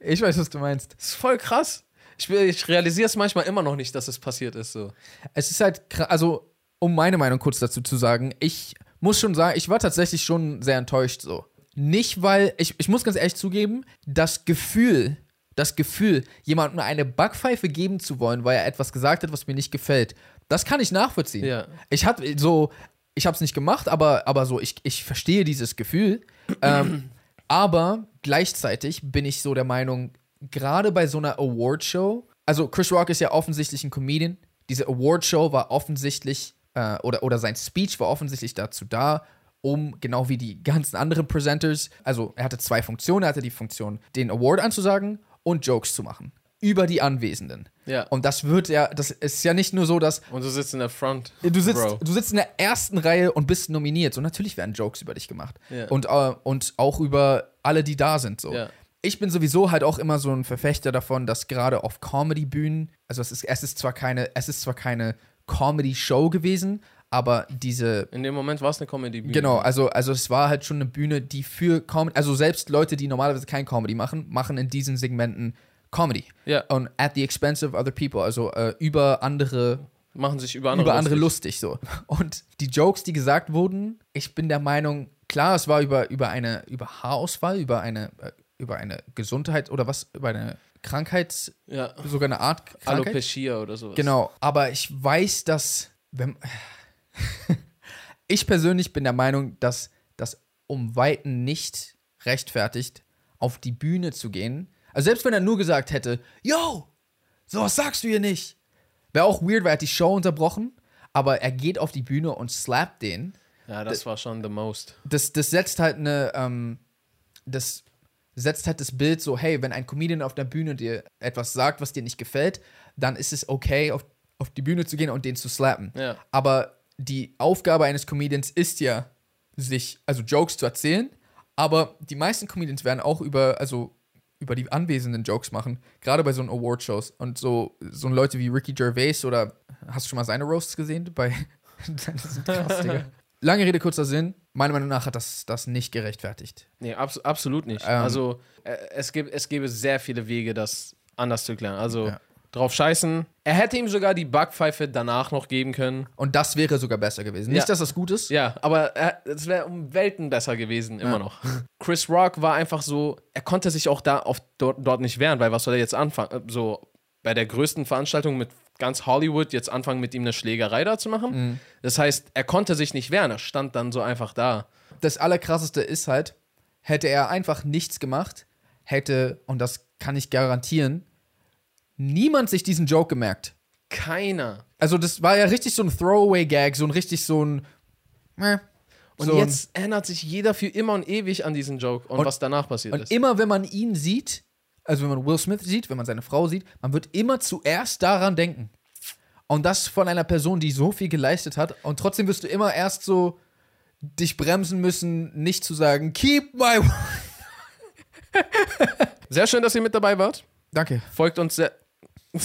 ich weiß, was du meinst. Das ist voll krass. Ich, will- ich realisiere es manchmal immer noch nicht, dass es passiert ist. So. Es ist halt, kra- also, um meine Meinung kurz dazu zu sagen, ich muss schon sagen, ich war tatsächlich schon sehr enttäuscht so. Nicht, weil, ich, ich muss ganz ehrlich zugeben, das Gefühl, das Gefühl, jemandem eine Backpfeife geben zu wollen, weil er etwas gesagt hat, was mir nicht gefällt, das kann ich nachvollziehen. Ja. Ich hatte so, ich habe es nicht gemacht, aber, aber so, ich, ich verstehe dieses Gefühl. Ähm, aber gleichzeitig bin ich so der Meinung, gerade bei so einer Awardshow, also Chris Rock ist ja offensichtlich ein Comedian. Diese Awardshow war offensichtlich, äh, oder, oder sein Speech war offensichtlich dazu da, um, genau wie die ganzen anderen Presenters, also er hatte zwei Funktionen. Er hatte die Funktion, den Award anzusagen und Jokes zu machen. Über die Anwesenden. Ja. Und das wird ja, das ist ja nicht nur so, dass Und du sitzt in der Front. Du sitzt, Bro. du sitzt in der ersten Reihe und bist nominiert. So natürlich werden Jokes über dich gemacht. Ja. Und, äh, und auch über alle, die da sind. So. Ja. Ich bin sowieso halt auch immer so ein Verfechter davon, dass gerade auf Comedy-Bühnen, also es ist, es ist zwar keine, es ist zwar keine Comedy-Show gewesen, aber diese In dem Moment war es eine Comedy. Genau, also, also es war halt schon eine Bühne, die für Comedy, also selbst Leute, die normalerweise kein Comedy machen, machen in diesen Segmenten Comedy. Ja. Und at the expense of other people, also äh, über andere Machen sich über andere, über andere lustig. lustig. so. Und die Jokes, die gesagt wurden, ich bin der Meinung, klar, es war über, über eine über Haarausfall, über eine äh, über eine Gesundheit oder was, über eine Krankheit, Ja. sogar eine Art Krankheit. Alopecia oder sowas. Genau, aber ich weiß, dass wenn ich persönlich bin der Meinung, dass das um Weiten nicht rechtfertigt, auf die Bühne zu gehen. Also selbst wenn er nur gesagt hätte, yo, sowas sagst du hier nicht. Wäre auch weird, weil er hat die Show unterbrochen, aber er geht auf die Bühne und slappt den. Ja, das war schon the most. Das, das setzt halt eine, ähm, das setzt halt das Bild so, hey, wenn ein Comedian auf der Bühne dir etwas sagt, was dir nicht gefällt, dann ist es okay, auf, auf die Bühne zu gehen und den zu slappen. Ja. Aber die Aufgabe eines Comedians ist ja, sich, also Jokes zu erzählen, aber die meisten Comedians werden auch über, also über die anwesenden Jokes machen, gerade bei so einen Award-Shows und so, so Leute wie Ricky Gervais oder, hast du schon mal seine Roasts gesehen? Bei, das ist krass, Digga. Lange Rede, kurzer Sinn, meiner Meinung nach hat das, das nicht gerechtfertigt. Nee, abs absolut nicht. Ähm. also äh, es, gibt, es gäbe sehr viele Wege, das anders zu klären. Also Ja. drauf scheißen. Er hätte ihm sogar die Backpfeife danach noch geben können. Und das wäre sogar besser gewesen. Nicht, Ja. dass das gut ist. Ja, aber er- es wäre um Welten besser gewesen, immer noch. Chris Rock war einfach so, er konnte sich auch da auf, dort, dort nicht wehren, weil was soll er jetzt anfangen? Äh, So bei der größten Veranstaltung mit ganz Hollywood jetzt anfangen, mit ihm eine Schlägerei da zu machen. Mhm. Das heißt, er konnte sich nicht wehren, er stand dann so einfach da. das Allerkrasseste ist halt, hätte er einfach nichts gemacht, hätte, und das kann ich garantieren, niemand sich diesen Joke gemerkt. Keiner. Also das war ja richtig so ein Throwaway-Gag, so ein richtig so ein. Meh. Und So ein- jetzt erinnert sich jeder für immer und ewig an diesen Joke und, Und- was danach passiert Und ist. immer wenn man ihn sieht, also wenn man Will Smith sieht, wenn man seine Frau sieht, man wird immer zuerst daran denken. Und das von einer Person, die so viel geleistet hat. Und trotzdem wirst du immer erst so dich bremsen müssen, nicht zu sagen, keep my. Sehr schön, dass ihr mit dabei wart. Danke. Folgt uns sehr.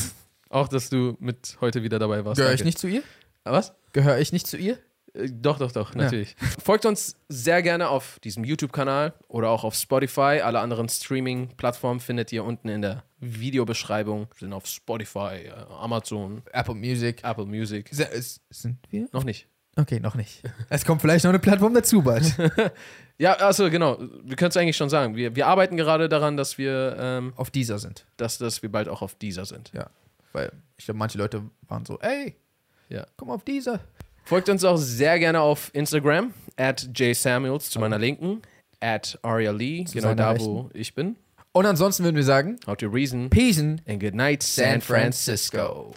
Auch, dass du mit heute wieder dabei warst. Gehöre Danke. ich nicht zu ihr? Was? Gehöre ich nicht zu ihr? Äh, Doch, doch, doch, natürlich. Folgt uns sehr gerne auf diesem YouTube-Kanal oder auch auf Spotify. Alle anderen Streaming-Plattformen findet ihr unten in der Videobeschreibung. Wir sind auf Spotify, äh, Amazon, Apple Music. Apple Music. Se- es- Sind wir? Noch nicht. Okay, noch nicht. Es kommt vielleicht noch eine Plattform dazu bald. Ja, also genau. Wir können es eigentlich schon sagen. Wir, wir arbeiten gerade daran, dass wir, ähm, Auf dieser sind. dass, dass wir bald auch auf dieser sind. Ja. Weil ich glaube, manche Leute waren so, ey, Ja. komm auf dieser. Folgt uns auch sehr gerne auf Instagram, at jsamuels zu meiner Linken, at Aria Lee, genau seiner da, wo ich bin. Und ansonsten würden wir sagen, How to reason Peace. and good night, San Francisco.